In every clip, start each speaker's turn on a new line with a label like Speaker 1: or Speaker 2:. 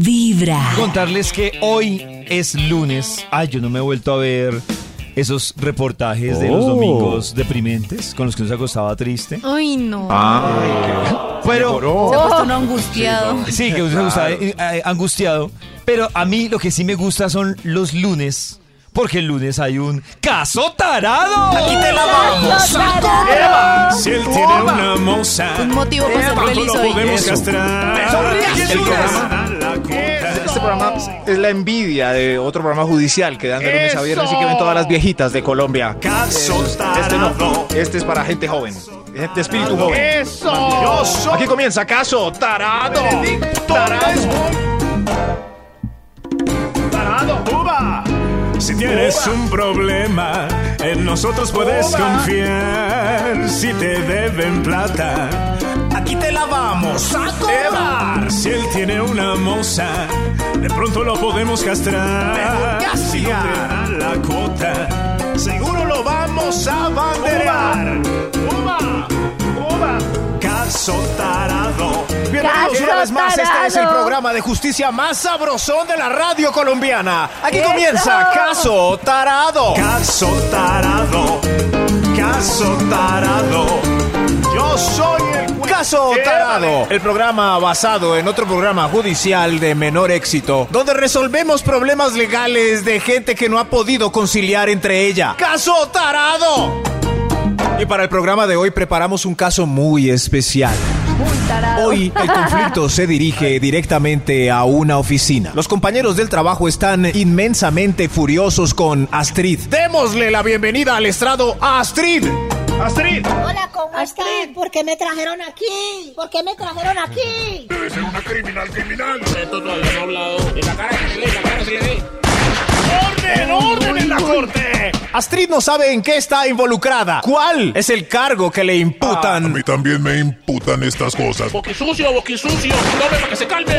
Speaker 1: Vibra.
Speaker 2: Contarles que hoy es lunes. Ay, yo no me he vuelto a ver esos reportajes de los
Speaker 3: Oh.
Speaker 2: domingos deprimentes con los que nos acostaba triste.
Speaker 4: Ay, no.
Speaker 3: Ah,
Speaker 2: Pero
Speaker 3: mejoró.
Speaker 4: Se ha puesto un angustiado.
Speaker 2: sí, que uno se gustaba, eh, eh, angustiado. Pero a mí lo que sí me gusta son los lunes. Porque el lunes hay un caso tarado. Aquí te la vamos a
Speaker 5: Si él tiene una moza,
Speaker 4: Un motivo para ser
Speaker 5: pronto
Speaker 4: feliz
Speaker 5: lo
Speaker 4: hoy.
Speaker 5: podemos
Speaker 2: Eso.
Speaker 5: castrar.
Speaker 3: El programa-
Speaker 5: A la cuenta.
Speaker 3: este programa es la envidia de otro programa judicial que dan de lunes a viernes y que ven todas las viejitas de Colombia.
Speaker 5: Caso
Speaker 3: Este no,
Speaker 5: tarado.
Speaker 3: este es para gente joven, gente de espíritu joven.
Speaker 5: Yo soy
Speaker 3: Aquí comienza Caso Tarado. Tarado.
Speaker 5: tarado. Uva. Si tienes un problema, en nosotros puedes confiar. Si te deben plata, aquí te la vamos a cobrar. Si él tiene una moza, de pronto lo podemos castrar. Si no te da la cuota, seguro lo vamos a banderar. Uva, uva, caso tarado.
Speaker 3: Bienvenidos una vez más, este es el programa de justicia más sabrosón de la radio colombiana. Aquí comienza Caso Tarado.
Speaker 5: Caso tarado, caso tarado. Yo soy el juez.
Speaker 3: Caso Tarado, el programa basado en otro programa judicial de menor éxito, donde resolvemos problemas legales de gente que no ha podido conciliar entre ella. Caso Tarado. Y para el programa de hoy preparamos un caso muy especial. Hoy el conflicto se dirige directamente a una oficina. Los compañeros del trabajo están inmensamente furiosos con Astrid. Démosle la bienvenida al estrado a Astrid.
Speaker 5: Astrid.
Speaker 6: Hola, ¿cómo están? ¿Por qué me trajeron aquí? ¿Por qué me trajeron aquí?
Speaker 5: ¡Orden, orden en la corte!
Speaker 3: Astrid no sabe en qué está involucrada. ¿Cuál es el cargo que le
Speaker 7: Ah, A
Speaker 3: imputan?
Speaker 7: mí también me imputan estas cosas.
Speaker 8: Boquisucio, boquisucio, doble para que se calme.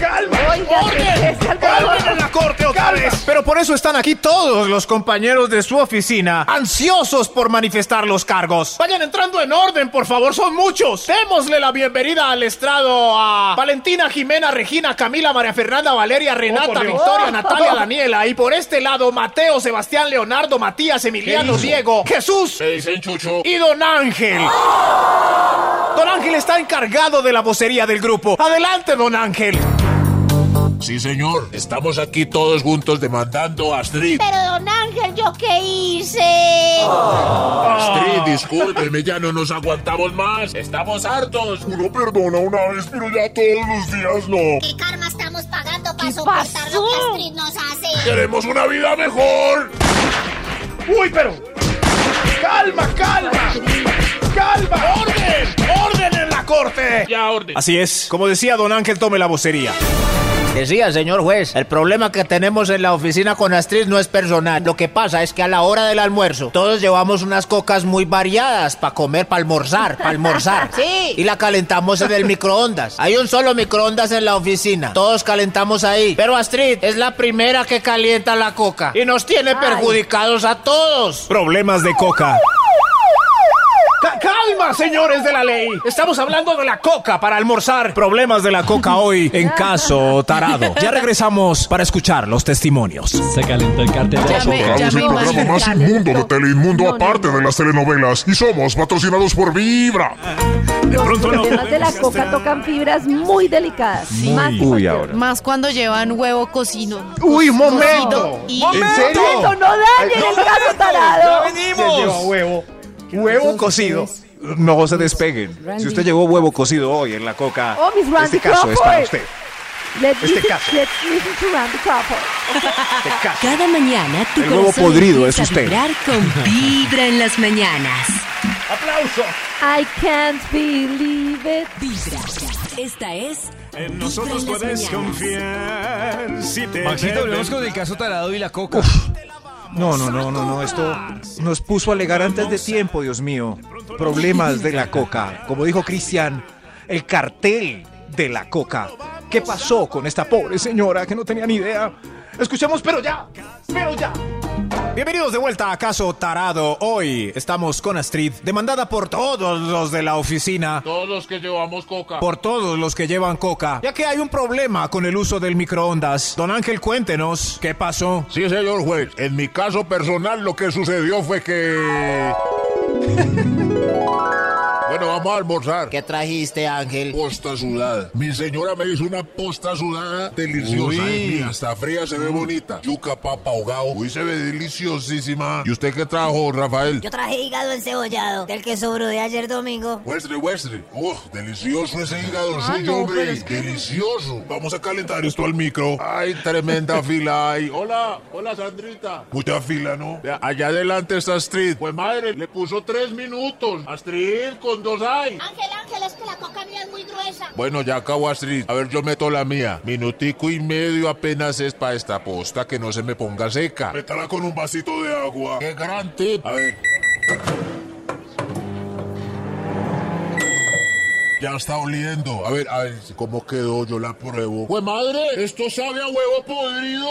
Speaker 5: ¡Calma!
Speaker 4: Oiga, ¿qué es?
Speaker 5: ¡Orden en la corte otra vez!
Speaker 3: Pero por eso están aquí todos los compañeros de su oficina, ansiosos por manifestar los cargos. Vayan entrando en orden, por favor, son muchos. Démosle la bienvenida al estrado a Valentina, Jimena, Regina, Camila, María Fernanda,
Speaker 5: Oh,
Speaker 3: Valeria, Renata, Victoria, Natalia, Daniela. Y por este lado, Mateo, Sebastián, Leonardo, Matías, Emiliano, Diego, Jesús
Speaker 8: Me dicen chucho.
Speaker 3: y Don Ángel. Don Ángel está encargado de la vocería del grupo. Adelante, Don Ángel.
Speaker 8: Sí, señor. Estamos aquí todos juntos demandando a Astrid.
Speaker 6: Pero, don Ángel, ¿yo qué hice?
Speaker 8: Astrid, discúlpeme, ya no nos aguantamos más. Estamos hartos.
Speaker 7: Uno perdona una vez, pero ya todos los días no.
Speaker 6: ¿Qué karma estamos pagando para soportar lo que Astrid nos hace?
Speaker 8: Queremos una vida mejor.
Speaker 5: ¡Uy, pero! ¡Calma, calma! ¡Calma! ¡Orden! ¡Orden en la corte!
Speaker 8: Ya, orden.
Speaker 3: Así es. Como decía Don Ángel, tome la vocería.
Speaker 9: Decía, señor juez, el problema que tenemos en la oficina con Astrid no es personal. Lo que pasa es que a la hora del almuerzo todos llevamos unas cocas muy variadas para comer, para almorzar, para almorzar.
Speaker 6: Sí.
Speaker 9: Y la calentamos en el microondas. Hay un solo microondas en la oficina. Todos calentamos ahí. Pero Astrid es la primera que calienta la coca. Y nos tiene perjudicados a todos.
Speaker 3: Problemas de coca.
Speaker 5: Ca- ¡Calma, señores de la ley! Estamos hablando de la coca para almorzar.
Speaker 3: Problemas de la coca hoy en caso tarado. Ya regresamos para escuchar los testimonios.
Speaker 10: Se calentó el cartel de la
Speaker 4: Ya me-
Speaker 10: coca.
Speaker 4: ya
Speaker 7: Hagamos
Speaker 4: me
Speaker 7: el programa más
Speaker 4: imagino.
Speaker 7: inmundo de Teleinmundo,
Speaker 4: No, no,
Speaker 7: aparte
Speaker 4: no.
Speaker 7: de las telenovelas. Y somos patrocinados por Vibra.
Speaker 5: De pronto no.
Speaker 11: Además de la coca tocan fibras muy delicadas. Más
Speaker 3: Uy, ahora.
Speaker 4: Más cuando llevan huevo cocino.
Speaker 3: Uy, un
Speaker 4: momento. Y-
Speaker 3: ¿En serio?
Speaker 11: Eso no dañen el caso tarado.
Speaker 3: venimos! Huevo. Huevo cocido. No se despeguen. Si usted llevó huevo cocido hoy en la coca,
Speaker 11: Oh, mis Randy
Speaker 3: este caso es para
Speaker 11: Crawford.
Speaker 3: usted.
Speaker 11: Let's
Speaker 3: Este
Speaker 11: listen,
Speaker 3: caso.
Speaker 11: let's listen to Randy Crawford.
Speaker 3: Este caso.
Speaker 1: Cada mañana tu
Speaker 3: El huevo
Speaker 1: corazón
Speaker 3: podrido
Speaker 1: empieza
Speaker 3: es
Speaker 1: a
Speaker 3: usted.
Speaker 1: vibrar con Vibra en las mañanas.
Speaker 11: I can't believe it.
Speaker 1: Vibra. Esta es
Speaker 5: En nosotros
Speaker 1: Vibra en las
Speaker 5: puedes
Speaker 1: mañanas.
Speaker 5: confiar. Si te
Speaker 2: Maxito,
Speaker 5: deben
Speaker 2: volvemos con el caso tarado y la coca.
Speaker 3: No, no, no, no, no. Esto nos puso a alegar antes de tiempo, Dios mío. Problemas de la coca. Como dijo Cristian, el cartel de la coca. ¿Qué pasó con esta pobre señora que no tenía ni idea? Escuchemos, pero ya, pero ya. Bienvenidos de vuelta a Caso Tarado. Hoy estamos con Astrid, demandada por todos los de la oficina,
Speaker 8: Todos los que llevamos coca.
Speaker 3: por todos los que llevan coca, ya que hay un problema con el uso del microondas. Don Ángel, cuéntenos qué pasó.
Speaker 8: Sí, señor juez. En mi caso personal lo que sucedió fue que... bueno, vamos a almorzar.
Speaker 9: ¿Qué trajiste, Ángel?
Speaker 8: Posta sudada. Mi señora me hizo una posta sudada deliciosa. Ay, mira, hasta fría se ve bonita. Yuca, papa, ahogado. Uy, se ve deliciosísima. ¿Y usted qué trajo, Rafael?
Speaker 10: Yo traje hígado encebollado, del que sobró de ayer domingo.
Speaker 8: Huestre, huestre. Uf, Oh, delicioso ese hígado
Speaker 10: Ah,
Speaker 8: suyo,
Speaker 10: no,
Speaker 8: hombre.
Speaker 10: pero es que-
Speaker 8: Delicioso. Vamos a calentar esto al micro. Ay, tremenda fila hay. Hola, hola, Sandrita. Mucha fila, ¿no? Vea, Allá adelante está Astrid. Pues madre, le puso tres minutos. Astrid, con dos hay.
Speaker 6: Ángel, Ángel, es que la coca mía es muy gruesa.
Speaker 8: Bueno, ya acabó Astrid. A ver, yo meto la mía. Minutico y medio apenas es para esta posta que no se me ponga seca. Métala con un vasito de agua. ¡Qué gran tip! A ver. Ya está oliendo. A ver, a ver cómo quedó. Yo la pruebo. ¡Pues madre! ¡Esto sabe a huevo podrido!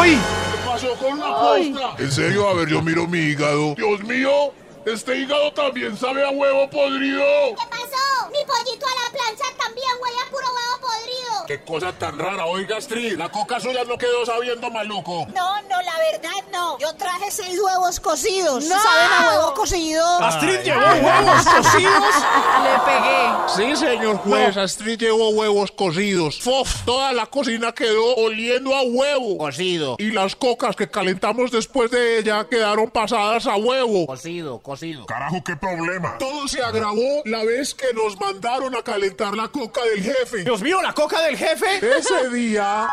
Speaker 2: ¡Uy!
Speaker 8: ¿Qué pasó con la
Speaker 11: Ay.
Speaker 8: posta? En serio, a ver, yo miro mi hígado. ¡Dios mío! Este hígado también sabe a huevo podrido.
Speaker 6: ¿Qué pasó? Mi pollito a la plancha también huele a puro huevo podrido.
Speaker 8: Qué cosa tan rara, oiga, Astrid. La coca suya no quedó sabiendo maluco.
Speaker 6: No, no, la verdad no. Yo traje seis huevos cocidos.
Speaker 1: No.
Speaker 6: ¿Saben a huevo cocido?
Speaker 3: Astrid llevó huevos cocidos.
Speaker 1: Le pegué.
Speaker 8: Sí, señor juez, Astrid llevó huevos cocidos. Fof, toda la cocina quedó oliendo a huevo.
Speaker 9: Cocido,
Speaker 8: Y las cocas que calentamos después de ella quedaron pasadas a huevo.
Speaker 9: cocido, cocido.
Speaker 7: Carajo, qué problema.
Speaker 8: Todo se agravó la vez que nos mandaron a calentar la coca del jefe.
Speaker 3: Dios mío, la coca del jefe.
Speaker 8: Ese día.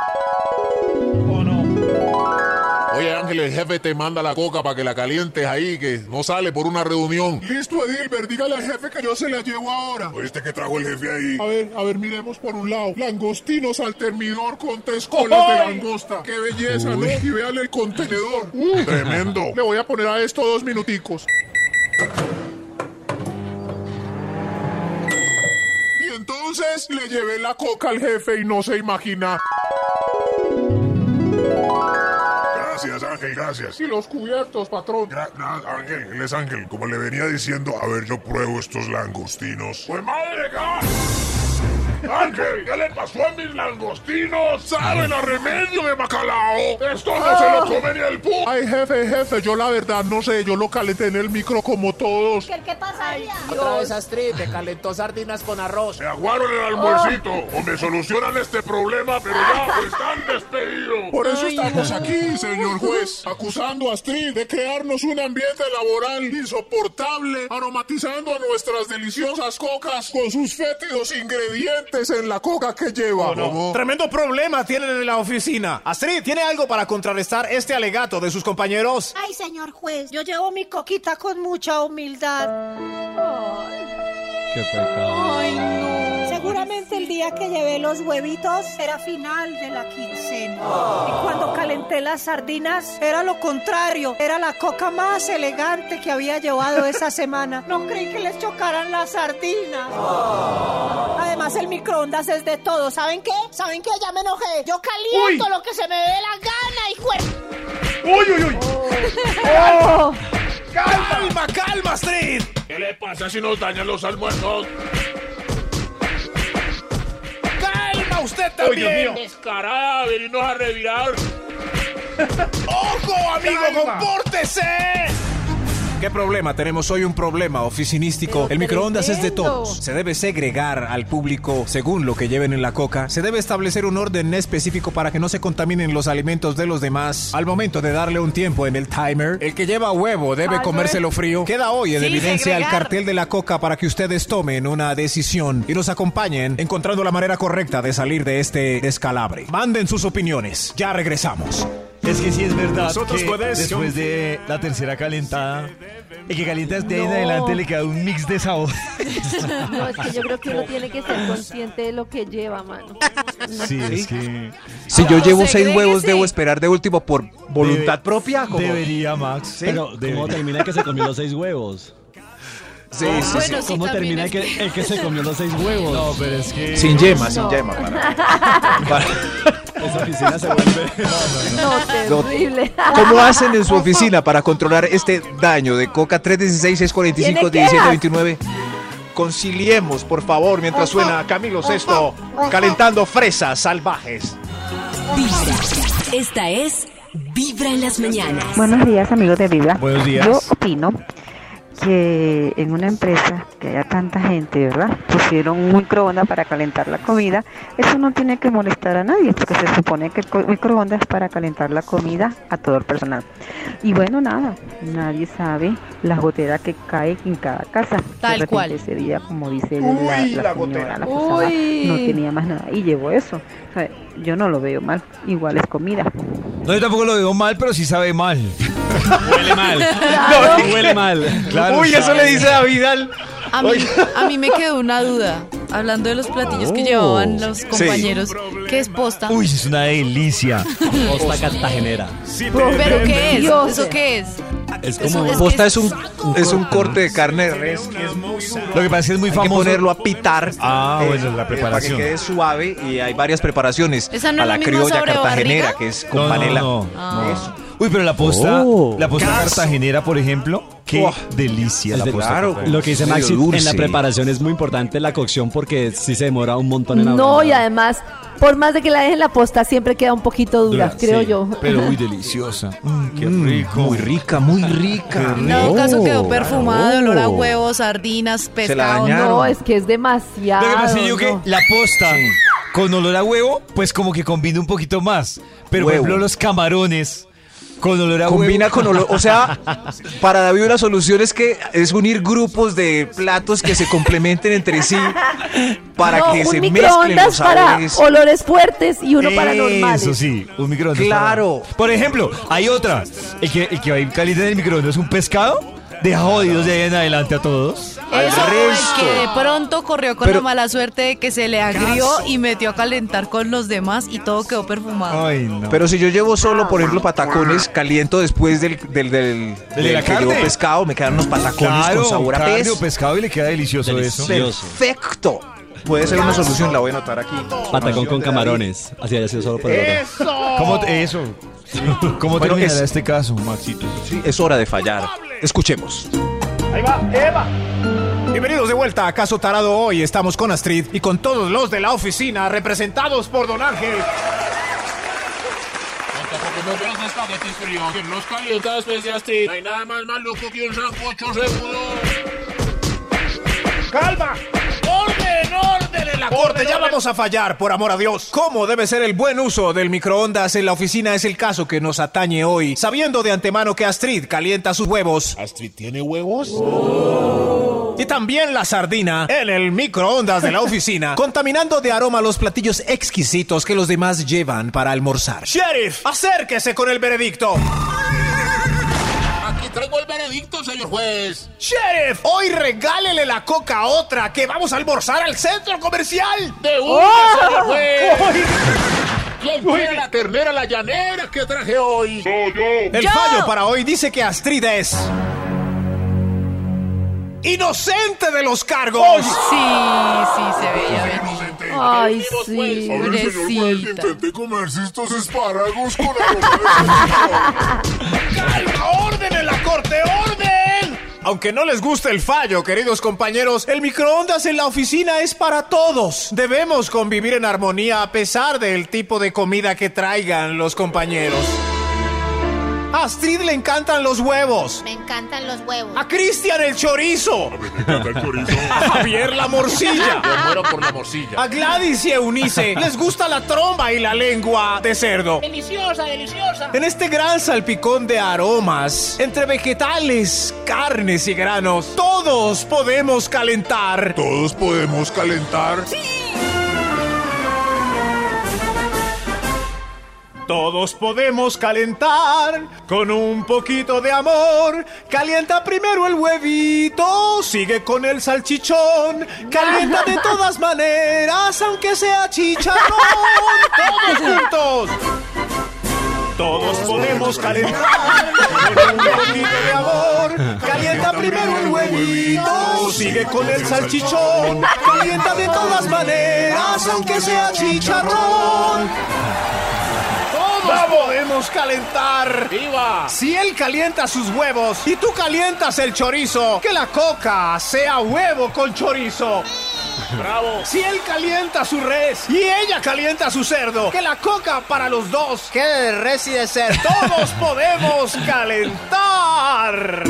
Speaker 8: Oye, Ángel, el jefe te manda la coca para que la calientes ahí, que no sale por una reunión. Listo, Edilber, dígale al jefe que yo se la llevo ahora.
Speaker 7: ¿Oíste que trajo el jefe ahí?
Speaker 8: A ver, a ver, miremos por un lado. Langostinos al termidor con tres colas de langosta. ¡Qué belleza, ¿no? Y véanle el contenedor.
Speaker 7: Tremendo.
Speaker 8: Le voy a poner a esto dos minuticos. Y entonces le llevé la coca al jefe y no se imagina.
Speaker 7: Gracias, Ángel, gracias.
Speaker 8: Si los cubiertos, patrón.
Speaker 7: Gra- gra- Ángel, él es Ángel. Como le venía diciendo, a ver, yo pruebo estos langostinos. ¡Pues madre, ga! Ángel, ¿qué le pasó a mis langostinos? ¡Saben a remedio de bacalao! ¡Esto no se lo come ni el pu!
Speaker 8: Ah. Ay, jefe, jefe, yo la verdad no sé, yo lo calenté en el micro como todos.
Speaker 6: Ángel, ¿qué pasaría?
Speaker 9: Otra vez Astrid, te calentó sardinas con arroz.
Speaker 7: Me aguaron el almuercito.
Speaker 8: Ah.
Speaker 7: O me solucionan este problema, pero ya están despedidos.
Speaker 8: Por eso estamos aquí, señor juez, acusando a Astrid de crearnos un ambiente laboral insoportable, aromatizando a nuestras deliciosas cocas con sus fétidos ingredientes en la coca que lleva. ¿Cómo?
Speaker 3: Tremendo problema tienen en la oficina. Astrid, ¿tiene algo para contrarrestar este alegato de sus compañeros?
Speaker 6: Ay, señor juez, yo llevo mi coquita con mucha humildad.
Speaker 2: Qué pecado.
Speaker 6: Seguramente el día que llevé los huevitos era final de la quincena. Y cuando calenté las sardinas era lo contrario, era la coca más elegante que había llevado esa semana. No creí que les chocaran las sardinas. Además el microondas es de todo. ¿Saben qué? ¿Saben qué? Ya me enojé. Yo caliento lo que se me dé la gana y
Speaker 3: ¡Calma, calma, Astrid!
Speaker 8: ¿Qué le pasa si nos dañan los almuerzos?
Speaker 3: ¡Calma usted también!
Speaker 8: Descarada, venirnos a revirar.
Speaker 3: ¡Ojo, amigo, compórtese! ¿Qué problema? Tenemos hoy un problema oficinístico. El microondas es de todos. Se debe segregar al público según lo que lleven en la coca. Se debe establecer un orden específico para que no se contaminen los alimentos de los demás. Al momento de darle un tiempo en el timer, el que lleva huevo debe
Speaker 11: Timer.
Speaker 3: comérselo frío. Queda hoy en
Speaker 1: Sí,
Speaker 3: evidencia el
Speaker 1: segregar.
Speaker 3: cartel de la coca para que ustedes tomen una decisión y nos acompañen encontrando la manera correcta de salir de este descalabre. Manden sus opiniones. Ya regresamos.
Speaker 2: Es que sí es verdad
Speaker 12: Nosotros
Speaker 2: que
Speaker 12: podés-
Speaker 2: después de la tercera calentada, el que calientas de ahí en adelante le queda un mix de sabor.
Speaker 11: No, es que yo creo que uno tiene que ser consciente de lo que lleva, mano.
Speaker 2: Sí, es que...
Speaker 5: Si yo llevo seis
Speaker 1: Segrégese.
Speaker 5: huevos, debo esperar de último por voluntad propia. ¿cómo?
Speaker 2: Debería, Max.
Speaker 5: Pero,
Speaker 2: debería.
Speaker 13: termina que se comió los seis huevos?
Speaker 5: Sí, sí,
Speaker 1: Bueno, sí,
Speaker 13: ¿Cómo
Speaker 1: también
Speaker 13: termina el
Speaker 1: es
Speaker 13: que, el que se comió los seis huevos? No, pero es
Speaker 1: pues,
Speaker 13: que...
Speaker 5: Sin yema, sin yema, para-
Speaker 13: Esa oficina se vuelve...
Speaker 5: No.
Speaker 11: No, terrible.
Speaker 5: ¿Cómo hacen en su oficina para controlar este daño de Coca 316 645
Speaker 11: ¿Tiene quejas?
Speaker 5: 17 29? Conciliemos, por favor, mientras suena Camilo Sesto calentando fresas salvajes.
Speaker 14: Vibra. Esta es Vibra en las mañanas.
Speaker 15: Buenos días, amigos de Vibra.
Speaker 14: Buenos días.
Speaker 15: Yo opino que en una empresa que haya tanta gente, ¿verdad? Pusieron un microondas para calentar la comida. Eso no tiene que molestar a nadie, porque se supone que el co- microondas es para calentar la comida a todo el personal. Y bueno, nada, nadie sabe la gotera que cae en cada casa.
Speaker 1: Tal
Speaker 15: de repente
Speaker 1: cual.
Speaker 15: Ese día, como
Speaker 1: Uy,
Speaker 15: dice la, la
Speaker 1: la
Speaker 15: señora,
Speaker 1: gotera.
Speaker 15: la posada, no
Speaker 1: Uy.
Speaker 15: tenía más nada y llevó eso. O sea, yo no lo veo mal, igual es comida.
Speaker 2: No, yo tampoco lo veo mal, pero sí sabe mal. Huele mal.
Speaker 15: Claro.
Speaker 13: Huele mal.
Speaker 2: Uy, eso le dice
Speaker 5: a Vidal.
Speaker 1: A mí, a mí me quedó una duda, hablando de los platillos que llevaban los
Speaker 2: Sí.
Speaker 1: compañeros, que es posta.
Speaker 2: Uy, es una delicia.
Speaker 13: Posta cartagenera.
Speaker 1: ¿Pero qué es?
Speaker 11: Dios.
Speaker 1: ¿Eso qué es?
Speaker 13: Es
Speaker 1: como- es
Speaker 5: Posta es un, es un corte de carne de res. que es muy duro.
Speaker 2: Lo que pasa es que es muy
Speaker 5: Hay
Speaker 2: famoso.
Speaker 5: que ponerlo a pitar.
Speaker 2: Ah,
Speaker 5: eh,
Speaker 2: bueno, la
Speaker 5: eh,
Speaker 2: preparación.
Speaker 5: Para que quede suave y hay varias preparaciones.
Speaker 1: ¿Esa no
Speaker 5: a
Speaker 1: es
Speaker 5: la
Speaker 1: la misma
Speaker 5: criolla
Speaker 1: sobrebarriga?
Speaker 5: cartagenera, que es con
Speaker 2: No, no,
Speaker 5: panela.
Speaker 2: no,
Speaker 1: Ah.
Speaker 5: Eso.
Speaker 2: Uy, pero la posta,
Speaker 5: Oh.
Speaker 2: la posta
Speaker 5: Caso.
Speaker 2: cartagenera, por ejemplo, qué
Speaker 5: Uah.
Speaker 2: delicia
Speaker 13: Es
Speaker 2: la
Speaker 13: de-
Speaker 2: posta.
Speaker 5: claro,
Speaker 2: cartagenera.
Speaker 13: Lo que dice
Speaker 5: Medio
Speaker 13: Maxi en la
Speaker 5: dulce.
Speaker 13: preparación es muy importante la cocción porque sí se demora un montón en
Speaker 11: No, y además, por más de que la dejen la posta, siempre queda un poquito dura, creo yo.
Speaker 2: Pero muy deliciosa. Mm, qué
Speaker 5: Mm,
Speaker 2: rico.
Speaker 5: Muy rica, muy rica.
Speaker 1: En todo caso
Speaker 5: Oh.
Speaker 1: quedó perfumada, de
Speaker 5: claro.
Speaker 1: olor a huevos, sardinas, pescado.
Speaker 5: dañaron.
Speaker 11: No, es que es demasiado.
Speaker 2: Lo que pasa es yo que
Speaker 11: no.
Speaker 2: la posta con olor a huevo, pues como que combina un poquito más. Pero por
Speaker 5: Huevo.
Speaker 2: ejemplo, los camarones con olor a
Speaker 5: Combina
Speaker 2: huevo.
Speaker 5: con olor. O sea, para David una solución es que es unir grupos de platos que se complementen entre sí para
Speaker 11: No,
Speaker 5: que
Speaker 11: un
Speaker 5: se mezclen los
Speaker 11: microondas para
Speaker 5: sabores.
Speaker 11: olores fuertes y uno para normales.
Speaker 2: Eso sí, un microondas.
Speaker 5: Claro.
Speaker 2: para- Por ejemplo, hay otra. El que, el que va a ir caliente en el microondas, un pescado, deja jodidos de ahí en adelante a todos.
Speaker 1: Eso
Speaker 5: Al
Speaker 1: o el
Speaker 5: resto.
Speaker 1: que de pronto corrió con
Speaker 5: Pero-
Speaker 1: la mala suerte de que se le agrió y metió a calentar con los demás y todo quedó perfumado.
Speaker 2: Ay, no.
Speaker 5: Pero si yo llevo solo, por ejemplo, patacones, caliento después del, del, del,
Speaker 2: de
Speaker 5: del
Speaker 2: la
Speaker 5: que
Speaker 2: carne.
Speaker 5: llevo pescado, me quedan unos patacones
Speaker 2: Claro,
Speaker 5: con sabor a
Speaker 2: carne
Speaker 5: pez.
Speaker 2: o pescado y le queda delicioso, eso.
Speaker 13: Delicioso.
Speaker 5: Perfecto. Puede ser una solución, la voy a anotar aquí.
Speaker 13: Patacón
Speaker 5: Solución
Speaker 13: con
Speaker 5: de David.
Speaker 13: camarones. Así haya sido solo por el olor.
Speaker 2: Eh, ¿Cómo te- eso? ¿Cómo
Speaker 5: Bueno,
Speaker 2: terminará
Speaker 5: es-
Speaker 2: este caso, Maxito?
Speaker 5: Sí, es hora de fallar. Escuchemos.
Speaker 3: Ahí va, Eva. Bienvenidos de vuelta a Caso Tarado. Hoy estamos con Astrid y con todos los de la oficina, representados por Don Ángel.
Speaker 8: Porque no veas esta de ti frío. Que nos calienta especias ti. No hay nada más maluco que un sancocho seguro.
Speaker 3: ¡Calma!
Speaker 8: ¡Orden, orden en la
Speaker 3: Corte, ya vamos a fallar, por amor a Dios. ¿Cómo debe ser el buen uso del microondas en la oficina? Es el caso que nos atañe hoy, sabiendo de antemano que Astrid calienta sus huevos.
Speaker 8: ¿Astrid tiene huevos?
Speaker 3: Y también la sardina en el microondas de la oficina, contaminando de aroma los platillos exquisitos que los demás llevan para almorzar. Sheriff, acérquese con el veredicto.
Speaker 8: Aquí traigo el veredicto, señor juez.
Speaker 3: Sheriff, hoy regálele la coca a otra que vamos a almorzar al centro comercial.
Speaker 8: De una,
Speaker 3: ¡Oh!
Speaker 8: señor juez. ¿Quién
Speaker 3: Uy.
Speaker 8: quiere la ternera, la llanera que traje hoy? Soy yo.
Speaker 3: El fallo para hoy dice que Astrid es inocente de los cargos.
Speaker 1: Sí, sí, se veía venir.
Speaker 11: Ay, sí.
Speaker 8: A ver, señor juez,
Speaker 1: Pobrecita.
Speaker 8: intenté comerse estos espárragos con aroma
Speaker 3: ¡Calma, orden en la corte, orden! Aunque no les guste el fallo, queridos compañeros, el microondas en la oficina es para todos. Debemos convivir en armonía a pesar del tipo de comida que traigan los compañeros. A Astrid le encantan los huevos.
Speaker 16: Me encantan los huevos.
Speaker 3: A Cristian el chorizo.
Speaker 8: de cerdo. Me encanta el chorizo.
Speaker 3: A Javier la morcilla.
Speaker 8: Yo muero por la morcilla.
Speaker 3: A Gladys y Eunice les gusta la tromba y la lengua de cerdo.
Speaker 16: Deliciosa, deliciosa.
Speaker 3: En este gran salpicón de aromas, entre vegetales, carnes y granos, todos podemos calentar.
Speaker 7: Todos podemos calentar.
Speaker 3: Todos podemos calentar con un poquito de amor. Calienta primero el huevito, sigue con el salchichón. Calienta de todas maneras, aunque sea chicharrón. Todos juntos. Todos podemos calentar Con un poquito de amor, calienta primero el huevito, sigue con el salchichón, calienta de todas maneras, aunque sea chicharrón. Todos podemos calentar. ¡Viva! Si él calienta sus huevos y tú calientas el chorizo, que la coca sea huevo con chorizo. Bravo. Si él calienta su res y ella calienta su cerdo, que la coca para los dos quede de res y de cerdo. Todos podemos calentar.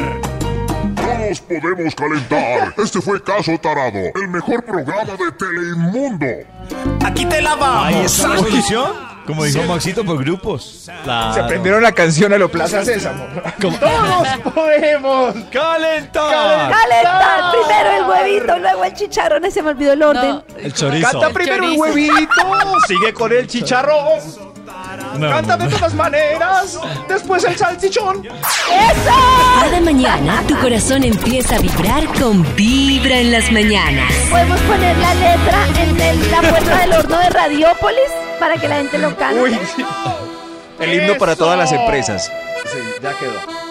Speaker 8: Todos podemos calentar. Este fue Caso Tarado, el mejor programa de Teleinmundo.
Speaker 3: Aquí te la
Speaker 2: Ahí está la solución. Como dijo Maxito, por grupos.
Speaker 5: Se aprendieron la canción a lo Plaza Sésamo.
Speaker 3: Todos podemos
Speaker 2: calentar.
Speaker 11: Calentar primero el huevito, luego el chicharrón, ese me olvidó el orden.
Speaker 17: El chorizo.
Speaker 3: Canta primero el
Speaker 11: chorizo.
Speaker 3: huevito, sigue con el chicharrón.
Speaker 2: Ah,
Speaker 3: Canta de todas maneras, después el salchichón.
Speaker 1: Cada mañana tu corazón empieza a vibrar con Vibra en las mañanas.
Speaker 11: Podemos poner la letra en el- la puerta del horno de Radiópolis para que la gente lo cante.
Speaker 5: El himno para todas las empresas.
Speaker 3: Sí, ya quedó.